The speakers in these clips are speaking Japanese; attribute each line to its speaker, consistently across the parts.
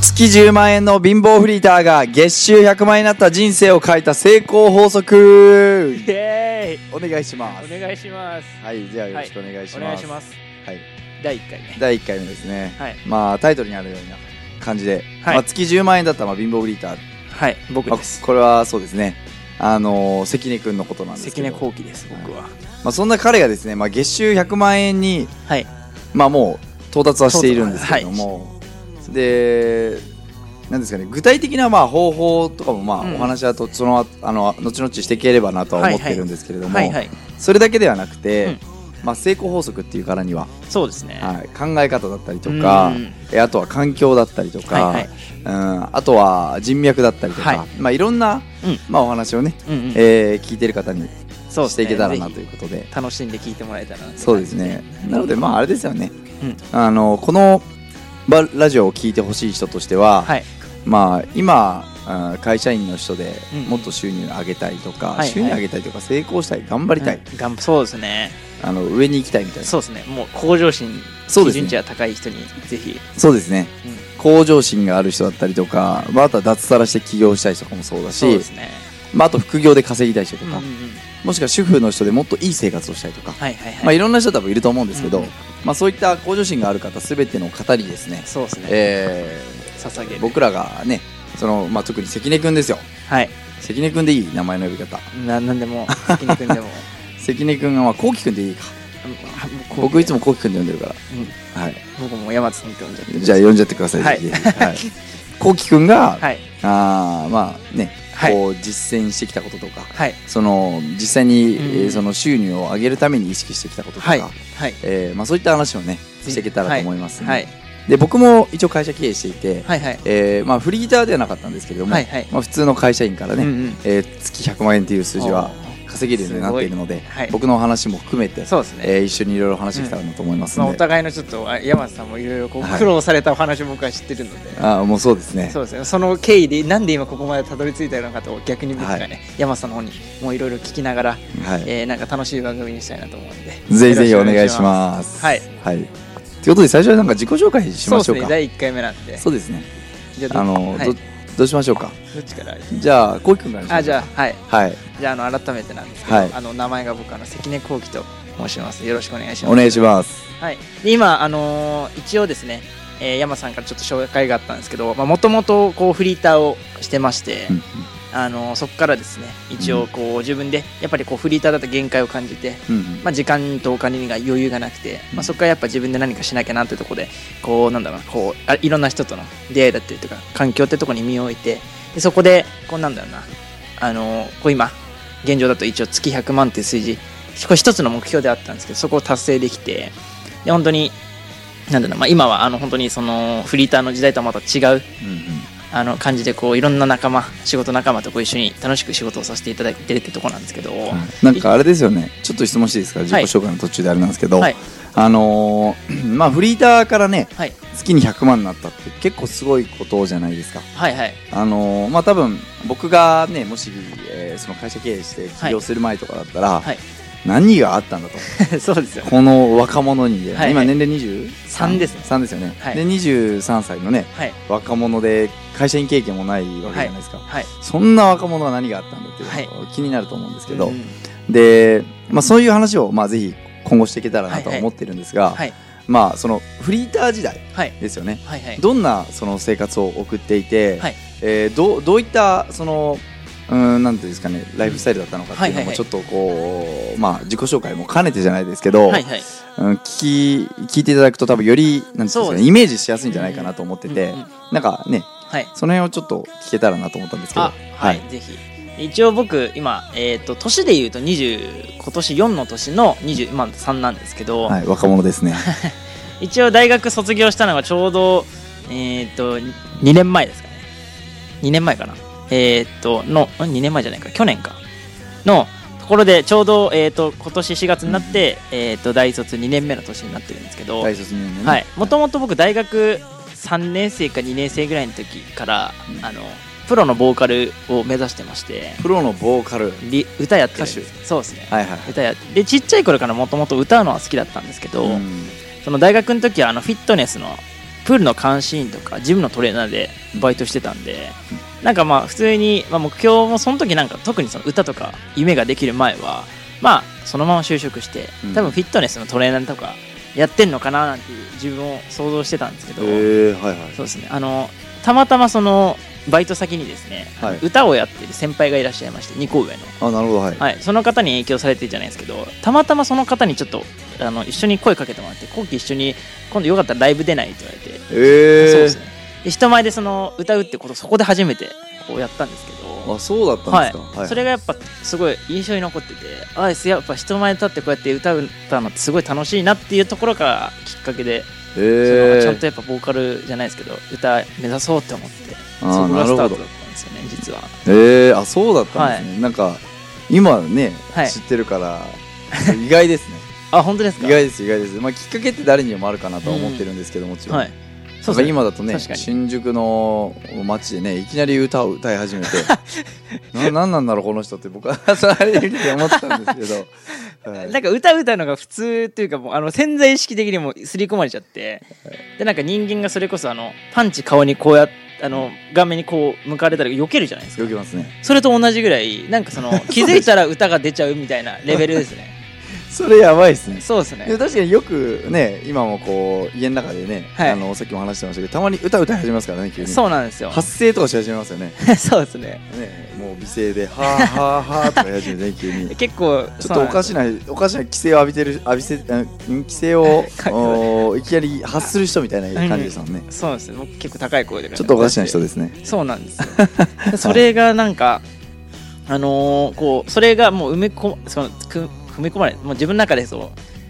Speaker 1: 月10万円の貧乏フリーターが月収100万円になった人生を変えた成功法則
Speaker 2: イエ
Speaker 1: お願いしま
Speaker 2: ー
Speaker 1: す
Speaker 2: イお願いします
Speaker 1: はいじゃあよろしくお願いします,、
Speaker 2: お願いします
Speaker 1: はい
Speaker 2: 第1回ね
Speaker 1: 第1回目ですね
Speaker 2: はい
Speaker 1: まあタイトルにあるような感じで、
Speaker 2: はい
Speaker 1: まあ、月10万円だったらまあ貧乏フリーター、
Speaker 2: はい僕
Speaker 1: まあ
Speaker 2: です
Speaker 1: これはそうですねあのー関根くんのことなんですけ
Speaker 2: 関
Speaker 1: ど
Speaker 2: 根幸喜です僕は
Speaker 1: まあ、そんな彼がですね、まあ、月収100万円に、
Speaker 2: はい
Speaker 1: まあ、もう到達はしているんですけれども、でなんですかね具体的なまあ方法とかもまあ
Speaker 2: うん
Speaker 1: お話はとそのあの後々していければなとは思ってるんですけれども、
Speaker 2: はいはい
Speaker 1: それだけではなくて、
Speaker 2: うん
Speaker 1: まあ、成功法則っていうからには、
Speaker 2: そうですね
Speaker 1: はい、考え方だったりとか
Speaker 2: うん
Speaker 1: えあとは環境だったりとか、
Speaker 2: はいはい
Speaker 1: うん、あとは人脈だったりとか、
Speaker 2: はい
Speaker 1: まあ、いろんな、
Speaker 2: うん
Speaker 1: まあ、お話をね、
Speaker 2: うんうん
Speaker 1: えー聞いてる方に
Speaker 2: そうで
Speaker 1: し
Speaker 2: す
Speaker 1: て
Speaker 2: ね
Speaker 1: いけたらな
Speaker 2: ぜ
Speaker 1: ということで
Speaker 2: ひ楽しんで聞いてもらえたらな
Speaker 1: そうですね。なので、まあ、あれですよね。
Speaker 2: うん
Speaker 1: あの、このばラジオを聞いてほしい人としては、
Speaker 2: はい
Speaker 1: まあ、今、あー会社員の人で
Speaker 2: うん
Speaker 1: もっと収入上げたいとか、
Speaker 2: はいはい
Speaker 1: 収入上げたいとか、成功したい、頑張りたい、
Speaker 2: うん頑張そうですね
Speaker 1: あの、上に行きたいみたいな。
Speaker 2: そうですねもう向上心
Speaker 1: そうで
Speaker 2: 基
Speaker 1: すね
Speaker 2: 準値が高い人にぜひ
Speaker 1: そうですね。
Speaker 2: うん
Speaker 1: 向上心がある人だったりとか、まあ、あとは脱サラして起業したい人とかもそうだ
Speaker 2: そう
Speaker 1: し
Speaker 2: で、すね
Speaker 1: まあ、あと副業で稼ぎたい人と
Speaker 2: うんう
Speaker 1: か、
Speaker 2: んうん
Speaker 1: もしくは主婦の人でもっといい生活をしたいとか、
Speaker 2: はいはいはい
Speaker 1: まあ、いろんな人多分いると思うんですけど、
Speaker 2: うん
Speaker 1: まあ、そういった向上心がある方、すべての方にですね、
Speaker 2: そうですね
Speaker 1: えー、
Speaker 2: 捧げる
Speaker 1: 僕らがねその、まあ、特に関根くんですよ
Speaker 2: はい
Speaker 1: 関根くんでいい名前の呼び方
Speaker 2: ななんでも関根君 でも
Speaker 1: 関根くんはまあこうきくんでいいか僕いつもこうきくんで呼んでるか
Speaker 2: うん
Speaker 1: ら、はい、
Speaker 2: 僕も山津さんって呼んじゃって
Speaker 1: じゃあ呼んじゃってください、
Speaker 2: はい
Speaker 1: ぜひはい、こうきくんが、
Speaker 2: はい
Speaker 1: あーまあね
Speaker 2: はい
Speaker 1: こう実践してきたこととか
Speaker 2: はい
Speaker 1: その実際に、
Speaker 2: うん
Speaker 1: えーその収入を上げるために意識してきたこととか、
Speaker 2: はいはい
Speaker 1: えーまあ、そういった話をね
Speaker 2: ぜひ
Speaker 1: していけたらと思いますね、
Speaker 2: はい
Speaker 1: で僕も一応会社経営していて、
Speaker 2: はいはい
Speaker 1: えーまあ、フリーターではなかったんですけれども、
Speaker 2: はいはい
Speaker 1: まあ、普通の会社員からね、
Speaker 2: うんうん
Speaker 1: えー月100万円という数字は稼げるようになっているのです
Speaker 2: ごいはい
Speaker 1: 僕のお話も含めて、
Speaker 2: そうですね
Speaker 1: えー一緒にいろいろ話してきたらなと思います
Speaker 2: まあ
Speaker 1: の
Speaker 2: お
Speaker 1: で、
Speaker 2: 互いのちょっとあ山津さんもいろいろこ
Speaker 1: はいう
Speaker 2: 苦労されたお話を僕は知ってるので、
Speaker 1: あーもうそうですね
Speaker 2: そうですねその経緯でなんで今ここまでたどり着いたのかと逆に僕がね、
Speaker 1: はい
Speaker 2: 山津さんの方にもういろいろ聞きながら、
Speaker 1: はい
Speaker 2: えーなんか楽しい番組にしたいなと思うんで
Speaker 1: ぜひぜひお
Speaker 2: よ
Speaker 1: 願
Speaker 2: ろ
Speaker 1: い
Speaker 2: し
Speaker 1: し
Speaker 2: くお
Speaker 1: ます
Speaker 2: はい
Speaker 1: はい、ということで最初はなんか自己紹介しまし
Speaker 2: そ
Speaker 1: ょ
Speaker 2: う
Speaker 1: う
Speaker 2: で
Speaker 1: か
Speaker 2: すね第1回目なんで
Speaker 1: そうですね
Speaker 2: じゃど
Speaker 1: あの、
Speaker 2: はい
Speaker 1: どどうしましょうか
Speaker 2: どっちから
Speaker 1: じゃあこうきくんからにしましょう
Speaker 2: あじゃあはい
Speaker 1: あはい
Speaker 2: じゃああの改めてなんですけど、
Speaker 1: はい
Speaker 2: あの名前が僕あの関根幸喜と申しますよろしくお願いします
Speaker 1: お願いします
Speaker 2: はい、で今、あのー一応ですね、えー、山さんからちょっと紹介があったんですけどもともとフリーターをしてまして、
Speaker 1: うん
Speaker 2: あのーそこからですね一応こう自分でやっぱりこうフリーターだと限界を感じて、
Speaker 1: うんうん
Speaker 2: まあ、時間とお金にが余裕がなく
Speaker 1: う
Speaker 2: て、
Speaker 1: ん
Speaker 2: まあ、そこからやっぱ自分で何かしなきゃなというところでこうなんだろうなこうあいろんな人との出会いだったりとか環境ってところに身を置いてでそこでこうなんだろうなあのこう今現状だと一応月100万っていう数字これ一つの目標であったんですけどそこを達成できてで本当になんだろうな、まあ、今はあの本当にそのフリーターの時代とはまた違う
Speaker 1: うんうん
Speaker 2: あの感じでこういろんな仲間仕事仲間とこう一緒に楽しく仕事をさせていただいてるってところなんですけど、
Speaker 1: なんかあれですよねちょっと質問していいですか自己
Speaker 2: い
Speaker 1: 紹介の途中であれなんですけど、
Speaker 2: はい
Speaker 1: あのー まあフリーターからね
Speaker 2: はい
Speaker 1: 月に100万になったって結構すごいことじゃないですか
Speaker 2: はいはい
Speaker 1: あのーまあ多分僕がねもし、えーその会社経営して起業する前とかだったら、
Speaker 2: はい
Speaker 1: 何があったんだと
Speaker 2: そうですよね
Speaker 1: この若者にね、
Speaker 2: はい
Speaker 1: 今
Speaker 2: はい
Speaker 1: 年齢23
Speaker 2: 三ですね
Speaker 1: 3ですよね、
Speaker 2: はい
Speaker 1: で23歳のね
Speaker 2: はい
Speaker 1: 若者で会社員経験もないわけじゃないですか、
Speaker 2: はい
Speaker 1: そんな若者は何があったんだっていうのが気になると思うんですけど、
Speaker 2: うん
Speaker 1: で、まあ、そういう話を、まあ、ぜひ今後していけたらなと
Speaker 2: はいはい
Speaker 1: 思ってるんですが、
Speaker 2: はい
Speaker 1: まあそのフリーター時代
Speaker 2: はい
Speaker 1: ですよね
Speaker 2: はいはい
Speaker 1: どんなその生活を送っていて、
Speaker 2: はい
Speaker 1: えーどうどういったそのうーんなんていうんですかねライフスタイルだったのかっていう
Speaker 2: は
Speaker 1: の
Speaker 2: いはい
Speaker 1: も
Speaker 2: はい
Speaker 1: ちょっとこう、まあ自己紹介も兼ねてじゃないですけど、
Speaker 2: はいはい
Speaker 1: うん、聞き聞いていただくと多分よりなんていうんです
Speaker 2: そう
Speaker 1: か
Speaker 2: で
Speaker 1: ね
Speaker 2: す
Speaker 1: イメージしやすいんじゃないかなと思ってて、
Speaker 2: うんうん
Speaker 1: なんかね
Speaker 2: はい
Speaker 1: その辺をちょっと聞けたらなと思ったんですけど
Speaker 2: あはい、ぜひ一応僕今えっと年で言うと20今年4の年の23、まあ、3なんですけど、
Speaker 1: はい、若者ですね
Speaker 2: 一応大学卒業したのがちょうどえっと2年前ですかね2年前かなえっとの2年前じゃないか去年かのところでちょうど、えっと今年4月になって、えっと大卒2年目の年になってるんですけ ど、
Speaker 1: 大卒2年目ね
Speaker 2: はい、もともと僕大学3年生か2年生ぐらいの時から、
Speaker 1: うん
Speaker 2: あのプロのボーカルを目指してまして
Speaker 1: プロのボーカル
Speaker 2: り歌やってるんです
Speaker 1: 歌
Speaker 2: そうですね、
Speaker 1: はいはい
Speaker 2: 歌やでちっちゃい頃からもともと歌うのは好きだったんですけど、
Speaker 1: うん
Speaker 2: その大学の時はあのフィットネスのプールの監視員とかジムのトレーナーでバイトしてたんでなんかまあ普通に、まあ、目標もその時なんか特にその歌とか夢ができる前はまあそのまま就職して
Speaker 1: うん
Speaker 2: 多分フィットネスのトレーナーとかやってんのかななんていう自分を想像してたんですけど、
Speaker 1: えはいはい
Speaker 2: そうですねあのたまたまそのバイト先にですね、
Speaker 1: はい
Speaker 2: 歌をやってる先輩がいらっしゃいまして2個上の、
Speaker 1: あなるほどはい
Speaker 2: はい、その方に影響されてじゃないですけどたまたまその方にちょっとあの一緒に声かけてもらって後期一緒に今度よかったらライブ出ないって言われて、
Speaker 1: え
Speaker 2: そう
Speaker 1: え
Speaker 2: ですねで人前でその歌うってことそこで初めてこうやったんですけど
Speaker 1: あそうだったん
Speaker 2: は
Speaker 1: で
Speaker 2: い
Speaker 1: すか、
Speaker 2: それがやっぱすごい印象に残っててああやっぱ人前に立ってこうやって歌うたのってすごい楽しいなっていうところからきっかけで
Speaker 1: え
Speaker 2: そのちゃん
Speaker 1: ー
Speaker 2: とやっぱボーカルじゃないですけど歌目指そうって思ってそ
Speaker 1: あー
Speaker 2: こがスタ
Speaker 1: なるほ
Speaker 2: ー
Speaker 1: ど
Speaker 2: トだったんですよね実は
Speaker 1: えー、あそうだったんですね、なんか今ね、
Speaker 2: はい
Speaker 1: 知ってるから意外です ね
Speaker 2: あ本当です
Speaker 1: 意
Speaker 2: か
Speaker 1: 外です意外です、まあ、きっかけって誰にでもあるかなとは思ってるんですけど、もちろん、
Speaker 2: はい
Speaker 1: そ
Speaker 2: そううですね
Speaker 1: 今だとね
Speaker 2: 確かに
Speaker 1: 新宿の街でねいきなり歌を歌い 始めてななんなんだろうこの人って僕は それあれで見て思ってたんですけど、はい
Speaker 2: なんか歌う歌うのが普通っていうかもうあの潜在意識的にもすり込まれちゃってでなんか人間がそれこそあのパンチ顔にこうやあの顔面にこう向かれたら避けるじゃないですか
Speaker 1: よけますね
Speaker 2: それと同じぐらいなんか その気づいたら歌が出ちゃうみたいなレベルですね
Speaker 1: それやばいですね
Speaker 2: そうです
Speaker 1: で
Speaker 2: ね
Speaker 1: 確かによくね今もこう家の中でね、
Speaker 2: はい
Speaker 1: あのさっきも話してましたけどたまに歌歌い始めますからね急に
Speaker 2: そうなんですよ
Speaker 1: 発声とかし始めますよね
Speaker 2: そうですね
Speaker 1: ねもう美声で「はあはあはあ」とか言い始め てね急にち
Speaker 2: 結構
Speaker 1: ょっとおかしなおかしな規制を浴びてる浴びせうん規制 をおーいきなり発する人みたいな感じですもんね、
Speaker 2: そうなんですよ僕結構高い声で
Speaker 1: ちょっとおかしな人ですね
Speaker 2: そうなんですよ でそれがなんか、あのーこうそれがもう埋め込そのく組み込まれもう自分の中でそ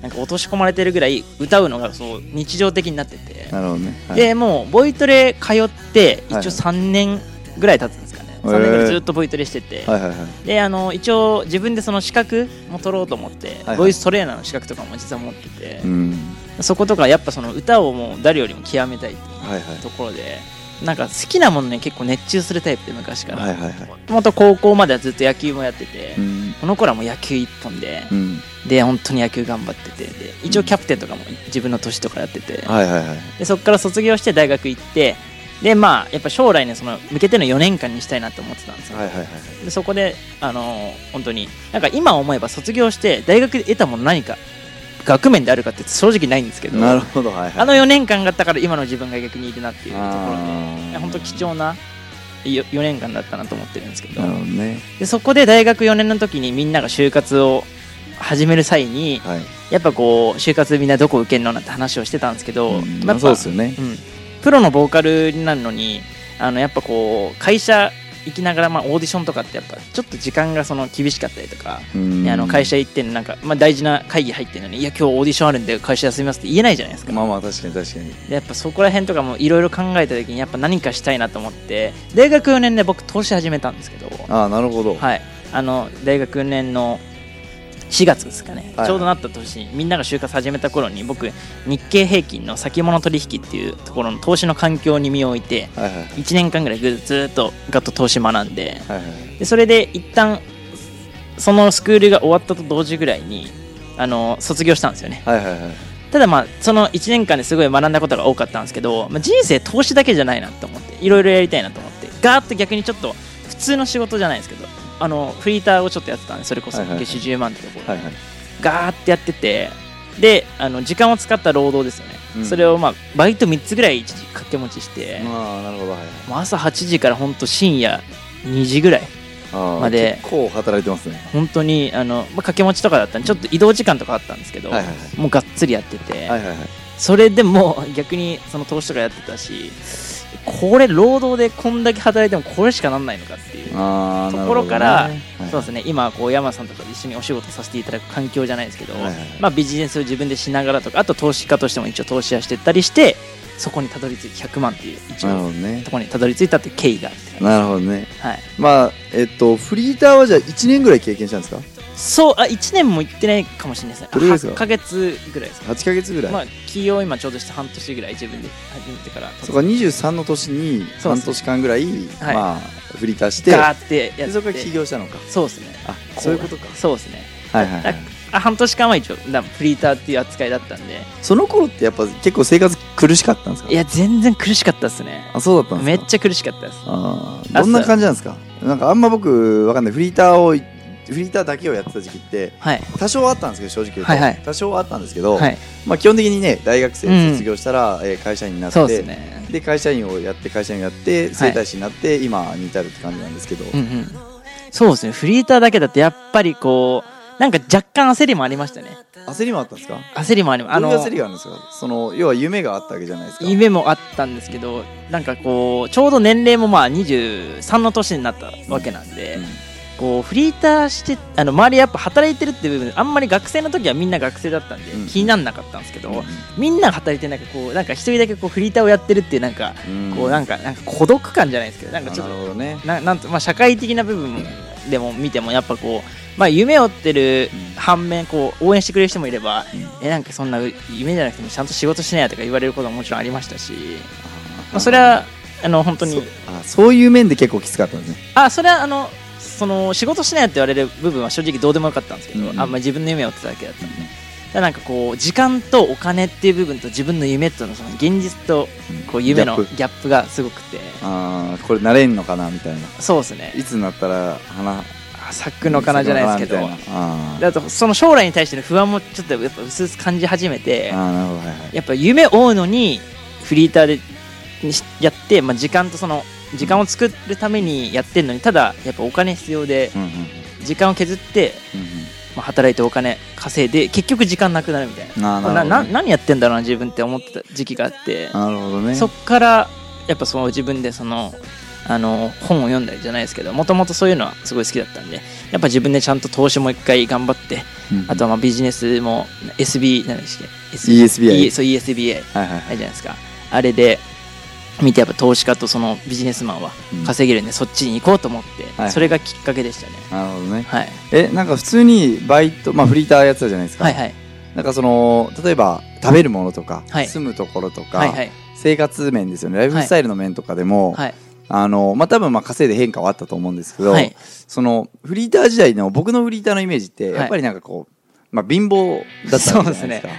Speaker 2: うなんか落とし込まれてるぐらい歌うのがそう日常的になってて、
Speaker 1: なるほどね、はい
Speaker 2: でもうボイトレ通って一応
Speaker 1: はい
Speaker 2: 3年ぐらい経つんですかね、
Speaker 1: へー
Speaker 2: 3年ぐらいずっとボイトレしてて、
Speaker 1: はいはいはい
Speaker 2: であの一応自分でその資格も取ろうと思って、
Speaker 1: はい
Speaker 2: ボイストレーナーの資格とかも実は持ってて、
Speaker 1: うん
Speaker 2: そことかやっぱその歌をもう誰よりも極めたいっていう
Speaker 1: はいはい
Speaker 2: ところでなんか好きなものに結構熱中するタイプで昔から、
Speaker 1: はいはいはい
Speaker 2: もともと高校まではずっと野球もやってて、
Speaker 1: うん
Speaker 2: この頃はもう野球一本で、
Speaker 1: うん
Speaker 2: で本当に野球頑張っててで一応キャプテンとかも自分の年とかやってて、
Speaker 1: はいはいはい
Speaker 2: でそこから卒業して大学行ってでまあやっぱ将来ねその向けての4年間にしたいなと思ってたんですよ、
Speaker 1: はいはいはい
Speaker 2: でそこであのー本当になんか今思えば卒業して大学で得たもの何か学面であるかって正直ないんですけど
Speaker 1: なるほどはいはい
Speaker 2: あの4年間があったから今の自分が逆にいるなっていうところでいや
Speaker 1: あ
Speaker 2: 本当貴
Speaker 1: な
Speaker 2: 重な4年間だったなと思ってるんですけど
Speaker 1: るほどね
Speaker 2: でそこで大学4年の時にみんなが就活を始める際に
Speaker 1: はい
Speaker 2: やっぱこう就活みんなどこ受けるのなんて話をしてたんですけど、
Speaker 1: うん
Speaker 2: や
Speaker 1: まあ
Speaker 2: っぱ
Speaker 1: そうですよね
Speaker 2: うんプロのボーカルになるのにあのやっぱこう会社行きながらまあオーディションとかってやっぱちょっと時間がその厳しかったりとか。
Speaker 1: うん
Speaker 2: ねあの会社行ってんのなんか、まあ、大事な会議入ってるのにいや今日オーディションあるんで会社休みますって言えないじゃないですか、
Speaker 1: まあまあ確かに確かに
Speaker 2: でやっぱそこら辺とかもいろいろ考えた時にやっぱ何かしたいなと思って大学4年で僕投資始めたんですけど
Speaker 1: ああなるほど
Speaker 2: はいあの大学4年の4月ですかね、
Speaker 1: はい
Speaker 2: ちょうどなった年みんなが就活始めた頃に僕日経平均の先物取引っていうところの投資の環境に身を置いて
Speaker 1: はいはい
Speaker 2: 1年間ぐらいぐずっとガッと投資学んで
Speaker 1: はいはい
Speaker 2: でそれで一旦そのスクールが終わったと同時ぐらいにあの卒業したんですよね
Speaker 1: はいはいはい
Speaker 2: ただまあその1年間ですごい学んだことが多かったんですけど、まあ、人生投資だけじゃないなと思っていろいろやりたいなと思ってガーッと逆にちょっと普通の仕事じゃないですけどあのフリーターをちょっとやってたんでそれこそ
Speaker 1: はいはいはい
Speaker 2: 月収10万ってところ、
Speaker 1: はいはい
Speaker 2: ガーッてやっててであの時間を使った労働ですよね、
Speaker 1: うん
Speaker 2: それをまあバイト3つぐらい一時掛け持ちして、
Speaker 1: まあなるほどはいはい
Speaker 2: もう朝8時から本当深夜2時ぐらい
Speaker 1: ああ
Speaker 2: まで
Speaker 1: 結構働いてますね
Speaker 2: 本当にあの、まあ、掛け持ちとかだったんでちょっと移動時間とかあったんですけど、
Speaker 1: はいはいはい
Speaker 2: もうがっつりやってて、
Speaker 1: はいはいはい
Speaker 2: それでも逆にその投資とかやってたしこれ労働でこんだけ働いてもこれしかなんないのかっていう、
Speaker 1: ああ
Speaker 2: ところからそうです
Speaker 1: ね
Speaker 2: ね今こう山さんとかと一緒にお仕事させていただく環境じゃないですけど、
Speaker 1: はいはいはい
Speaker 2: まあ、ビジネスを自分でしながらとかあと投資家としても一応投資はしてったりしてそこにたどり着いて100万っていう一
Speaker 1: なるほど
Speaker 2: 応
Speaker 1: ね
Speaker 2: ところにたどり着いたっていう経緯があって、
Speaker 1: なるほどね
Speaker 2: はい、
Speaker 1: まあえっとフリーターはじゃあ1年ぐらい経験したんですか
Speaker 2: そうあ1年も行ってないかもしれないですね
Speaker 1: どれぐらいですか
Speaker 2: 8ヶ月ぐらいですか
Speaker 1: 8ヶ月ぐらい
Speaker 2: まあ起業を今ちょうどして半年ぐらい自分で始めてから
Speaker 1: そこは23の年に
Speaker 2: そうで
Speaker 1: 半
Speaker 2: す
Speaker 1: 年間ぐらい、
Speaker 2: はい
Speaker 1: まあフリーターして
Speaker 2: ガーって
Speaker 1: で
Speaker 2: やっ
Speaker 1: そこから起
Speaker 2: て
Speaker 1: 業したのか
Speaker 2: そうですね
Speaker 1: あそういうことか
Speaker 2: そうですね
Speaker 1: はいはいは
Speaker 2: だ
Speaker 1: い
Speaker 2: あ半年間は一応だフリーターっていう扱いだったんで
Speaker 1: その頃ってやっぱ結構生活苦しかったんですか
Speaker 2: いや全然苦しかったっすね
Speaker 1: あそうだったん
Speaker 2: め
Speaker 1: ですか
Speaker 2: っちゃ苦しかったです
Speaker 1: あーどんな感じなんですかなんかあんま僕わかんないフリーターをフリーターだけをやってた時期って
Speaker 2: はい
Speaker 1: 多少はあったんですけど正直言うと、
Speaker 2: はいはい
Speaker 1: 多少はあったんですけど、
Speaker 2: はい
Speaker 1: まあ、基本的にね大学生卒業したら、えー会社員になって
Speaker 2: そうですね
Speaker 1: で会社員をやって会社員をやって整体師になって、今に至るって感じなんですけど、
Speaker 2: うんうんそうですねフリーターだけだとやっぱりこうなんか若干焦りもありましたね
Speaker 1: 焦りもあったんですか
Speaker 2: 焦りもありま
Speaker 1: あ
Speaker 2: あ
Speaker 1: の
Speaker 2: の
Speaker 1: 焦りがあるんですかその要は夢があったわけじゃないですか
Speaker 2: 夢もあったんですけどなんかこうちょうど年齢もまあ23の年になったわけなんで、
Speaker 1: うん
Speaker 2: こうフリーターしてあの周りやっぱ働いてるっていう部分あんまり学生の時はみんな学生だったんで
Speaker 1: うん
Speaker 2: 気にならなかったんですけど、
Speaker 1: うん
Speaker 2: みんなが働いてなんかこうなんか一人だけこうフリーターをやってるっていうなんか、
Speaker 1: うん
Speaker 2: こうなんかなんか孤独感じゃないですけどなんか
Speaker 1: あ
Speaker 2: ちょっ
Speaker 1: なるほどね
Speaker 2: とななんとまあ社会的な部分でも見てもやっぱこうまあ夢を追ってる
Speaker 1: うん
Speaker 2: 反面こう応援してくれる人もいれば
Speaker 1: うん
Speaker 2: えなんかそんな夢じゃなくてもちゃんと仕事しなよとか言われることももちろんありましたし、まあ、それはあの本当に
Speaker 1: そうあそういう面で結構きつかったんですね
Speaker 2: あそれはあのその仕事しないって言われる部分は正直どうでもよかったんですけど、
Speaker 1: うんうん
Speaker 2: あんまり自分の夢を追ってただけだったんで、ただなんかこう時間とお金っていう部分と自分の夢とのその現実とこう夢のギ
Speaker 1: ギャ
Speaker 2: ャップがすごくて
Speaker 1: あーこれなれんのかなみたいな
Speaker 2: そうですね
Speaker 1: いつになったら花
Speaker 2: あ咲くのかなじゃないですけど
Speaker 1: 咲くのかなみたいなあ
Speaker 2: だとその将来に対しての不安もちょっとやっぱ薄々感じ始めて
Speaker 1: ーあーなるほどはいはい
Speaker 2: やっぱ夢追うのにフリーターでにしやって、まあ、時間とその時間を作るためにやってるのにただやっぱお金必要で
Speaker 1: うんうんうん
Speaker 2: 時間を削ってまあ、働いてお金稼いで結局時間なくなるみたい
Speaker 1: うんあ
Speaker 2: な
Speaker 1: ーなるほど
Speaker 2: なな
Speaker 1: ね
Speaker 2: 何やってんだろうな自分って思ってた時期があって
Speaker 1: なるほどね
Speaker 2: そっからやっぱその自分でそのあの本を読んだりじゃないですけどもともとそういうのはすごい好きだったんでやっぱ自分でちゃんと投資も一回頑張って
Speaker 1: うん
Speaker 2: あとはまあビジネスも SB 何でしたっけ
Speaker 1: ESBI
Speaker 2: そう ESBA
Speaker 1: はいはい
Speaker 2: あれじゃないですかあれで見てやっぱ投資家とそのビジネスマンは稼げるんで、そっちに行こうと思って、
Speaker 1: はい
Speaker 2: それがきっかけでしたね、
Speaker 1: なるほどね
Speaker 2: はい、
Speaker 1: えなんか普通にバイトまあフリーターやってたじゃないですか
Speaker 2: はいはい
Speaker 1: なんかその例えば食べるものとか、
Speaker 2: はい
Speaker 1: 住むところとか、
Speaker 2: はいはい
Speaker 1: 生活面ですよねライフスタイルの面とかでも、
Speaker 2: はい
Speaker 1: あのまあ多分まあ稼いで変化はあったと思うんですけど、
Speaker 2: はい
Speaker 1: そのフリーター時代の僕のフリーターのイメージって
Speaker 2: はい
Speaker 1: やっぱりなんかこう、まあ貧乏だったわけじゃないですか
Speaker 2: そうで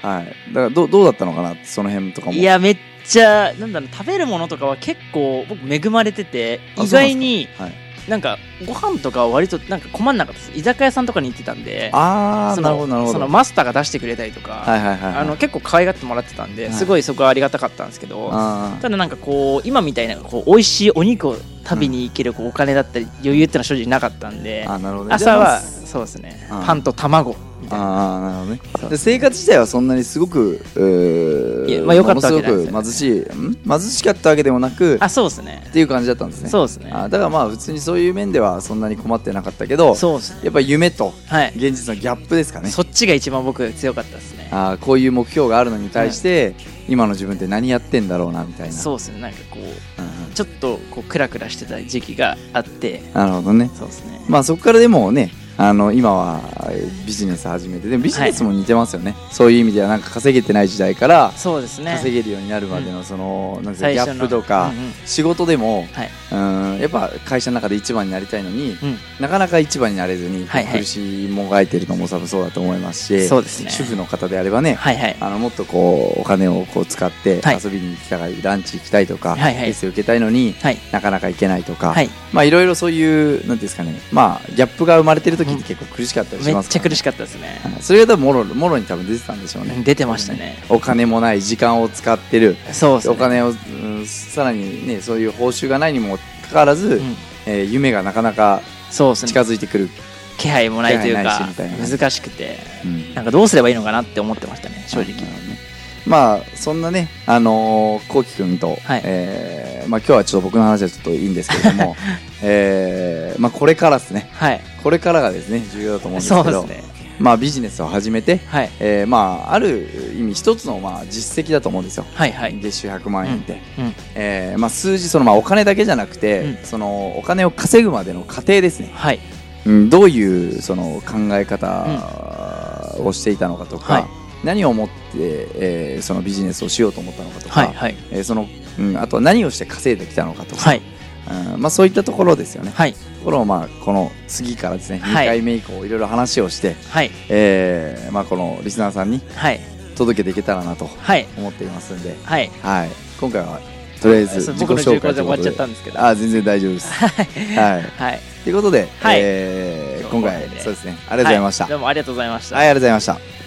Speaker 2: すね。はいは
Speaker 1: はい、だからどうどうだったのかなってその辺とかも
Speaker 2: い。いや、めっちゃ、なんだろう、食べるものとかは結構僕恵まれてて、
Speaker 1: あ
Speaker 2: 意外に
Speaker 1: そうなんで
Speaker 2: なんかご飯とかは割となんか困んなかったです。居酒屋さんとかに行ってたんで、
Speaker 1: ああ
Speaker 2: そ
Speaker 1: な
Speaker 2: の
Speaker 1: るほどなるほ
Speaker 2: そ
Speaker 1: ど
Speaker 2: の
Speaker 1: は
Speaker 2: マスターが出してくれたりとか、
Speaker 1: いはいはい
Speaker 2: あの結構可愛がってもらってたんで、
Speaker 1: はい
Speaker 2: すごいそこはありがたかったんですけど、
Speaker 1: あー
Speaker 2: ただなんかこう、今みたいなこう美味しいお肉を食べに行けるこうお金だったり余裕ってのは正直なかったんで、
Speaker 1: あーなるほどね
Speaker 2: 朝は
Speaker 1: じゃ
Speaker 2: そうですね、
Speaker 1: あー
Speaker 2: パンと卵みたいな。
Speaker 1: ああーなるほどね
Speaker 2: そう
Speaker 1: で生活自体はそんなにすごくうー
Speaker 2: いやまあ良かったわけじゃないですよね
Speaker 1: ものすごく貧しいん貧しかったわけでもなく
Speaker 2: あ、そうですね
Speaker 1: っ。ていう感じだったんですね
Speaker 2: そうですね。
Speaker 1: あだからまあ普通にそういう面ではそんなに困ってなかったけど
Speaker 2: そうですね。
Speaker 1: やっぱり夢と
Speaker 2: はい。
Speaker 1: 現実のギャップですかね
Speaker 2: そっちが一番僕強かったですね。
Speaker 1: あーこういう目標があるのに対して、今の自分って何やってんだろうなみたいな
Speaker 2: そうですね。なんかこう、
Speaker 1: うんうん
Speaker 2: ちょっとこうクラクラしてた時期があって、
Speaker 1: なるほどね
Speaker 2: そうですね。
Speaker 1: まあそこからでもねあの今はえービジネス始めてでもビジネスも似てますよね、そういう意味ではなんか稼げてない時代から
Speaker 2: そうですね。
Speaker 1: 稼げるようになるまでのその、なんていうかギャップとか、
Speaker 2: うんうん
Speaker 1: 仕事でも
Speaker 2: はい。
Speaker 1: うんやっぱ会社の中で一番になりたいのに、
Speaker 2: うん。
Speaker 1: なかなか一番になれずに
Speaker 2: はいはい
Speaker 1: 苦しいもがいてるのも多分そうだと思いますし、
Speaker 2: そうですね
Speaker 1: 主婦の方であればね、
Speaker 2: はいはい。
Speaker 1: あのもっとこうお金をこう使って
Speaker 2: はい
Speaker 1: 遊びに行きたい、ランチ行きたいとか、
Speaker 2: はいはい
Speaker 1: レッスン受けたいのに
Speaker 2: はい。
Speaker 1: なかなか行けないとか、
Speaker 2: はい。
Speaker 1: まあいろいろそういうなんていうんですかねまあギャップが生まれてる時って結構苦しかったりし
Speaker 2: め
Speaker 1: ま
Speaker 2: っ
Speaker 1: す
Speaker 2: ち
Speaker 1: から、
Speaker 2: ゃ
Speaker 1: ね
Speaker 2: 苦しかったですね。
Speaker 1: はいそれが多分もろもろに多分出てたんでしょうね、
Speaker 2: 出てましたね。
Speaker 1: お金もない時間を使ってる
Speaker 2: そうですね。
Speaker 1: お金を、うんさらにねそういう報酬がないにもかかわらず、
Speaker 2: うん
Speaker 1: えー夢がなかなか
Speaker 2: そうです
Speaker 1: 近
Speaker 2: ね。
Speaker 1: づいてくる、
Speaker 2: 気配もないとい
Speaker 1: 気
Speaker 2: う
Speaker 1: 配ないし
Speaker 2: か
Speaker 1: みたいな、
Speaker 2: 難しくて、
Speaker 1: うん
Speaker 2: なんかどうすればいいのかなって思ってましたね、正直。
Speaker 1: なるほどねまあそんなねあのー、こうきくんと、
Speaker 2: はい
Speaker 1: えーまあ今日はちょっと僕の話はちょっといいんですけれど も、えーまあこれからですね
Speaker 2: はい。
Speaker 1: これからがですね重要だと思うんです
Speaker 2: そ
Speaker 1: け
Speaker 2: うで
Speaker 1: ど
Speaker 2: すね。
Speaker 1: まあビジネスを始めて、
Speaker 2: はい。
Speaker 1: えーまあある意味一つのまあ実績だと思うんですよ、
Speaker 2: はいはい。
Speaker 1: 月収100万円って、
Speaker 2: うん。
Speaker 1: えーまあ数字そのまあお金だけじゃなくて、
Speaker 2: うん
Speaker 1: そのお金を稼ぐまでの過程ですね、
Speaker 2: はい。
Speaker 1: うん、どういうその考え方をしていたのかとか、
Speaker 2: はい
Speaker 1: 何をもって、えーそのビジネスをしようと思ったのかとか、
Speaker 2: はいはい。
Speaker 1: えーそのうん、あとは何をして稼いできたのかとか、
Speaker 2: はい。
Speaker 1: うんまあ、そういったところですよね。
Speaker 2: はい
Speaker 1: ところをまあこの次からですね、
Speaker 2: はい
Speaker 1: 2回目以降いろいろ話をして、
Speaker 2: はい
Speaker 1: えーまあ、このリスナーさんに
Speaker 2: はい
Speaker 1: 届けていけたらなと
Speaker 2: はい
Speaker 1: 思っていますんで、
Speaker 2: はい
Speaker 1: はい、今回はとりあえず
Speaker 2: そう
Speaker 1: 自己
Speaker 2: 僕の
Speaker 1: 紹
Speaker 2: 中
Speaker 1: 介と
Speaker 2: 古で
Speaker 1: いう
Speaker 2: 終
Speaker 1: こ
Speaker 2: わ
Speaker 1: と
Speaker 2: っち
Speaker 1: で
Speaker 2: ゃったんですけど
Speaker 1: あー全然大丈夫です。はい、
Speaker 2: はい
Speaker 1: ということで、
Speaker 2: はい
Speaker 1: えー今
Speaker 2: 今日はここま
Speaker 1: 回
Speaker 2: で
Speaker 1: そうですねありがとうございました。
Speaker 2: はどうもありがとうございました
Speaker 1: はい、ありがとうございました。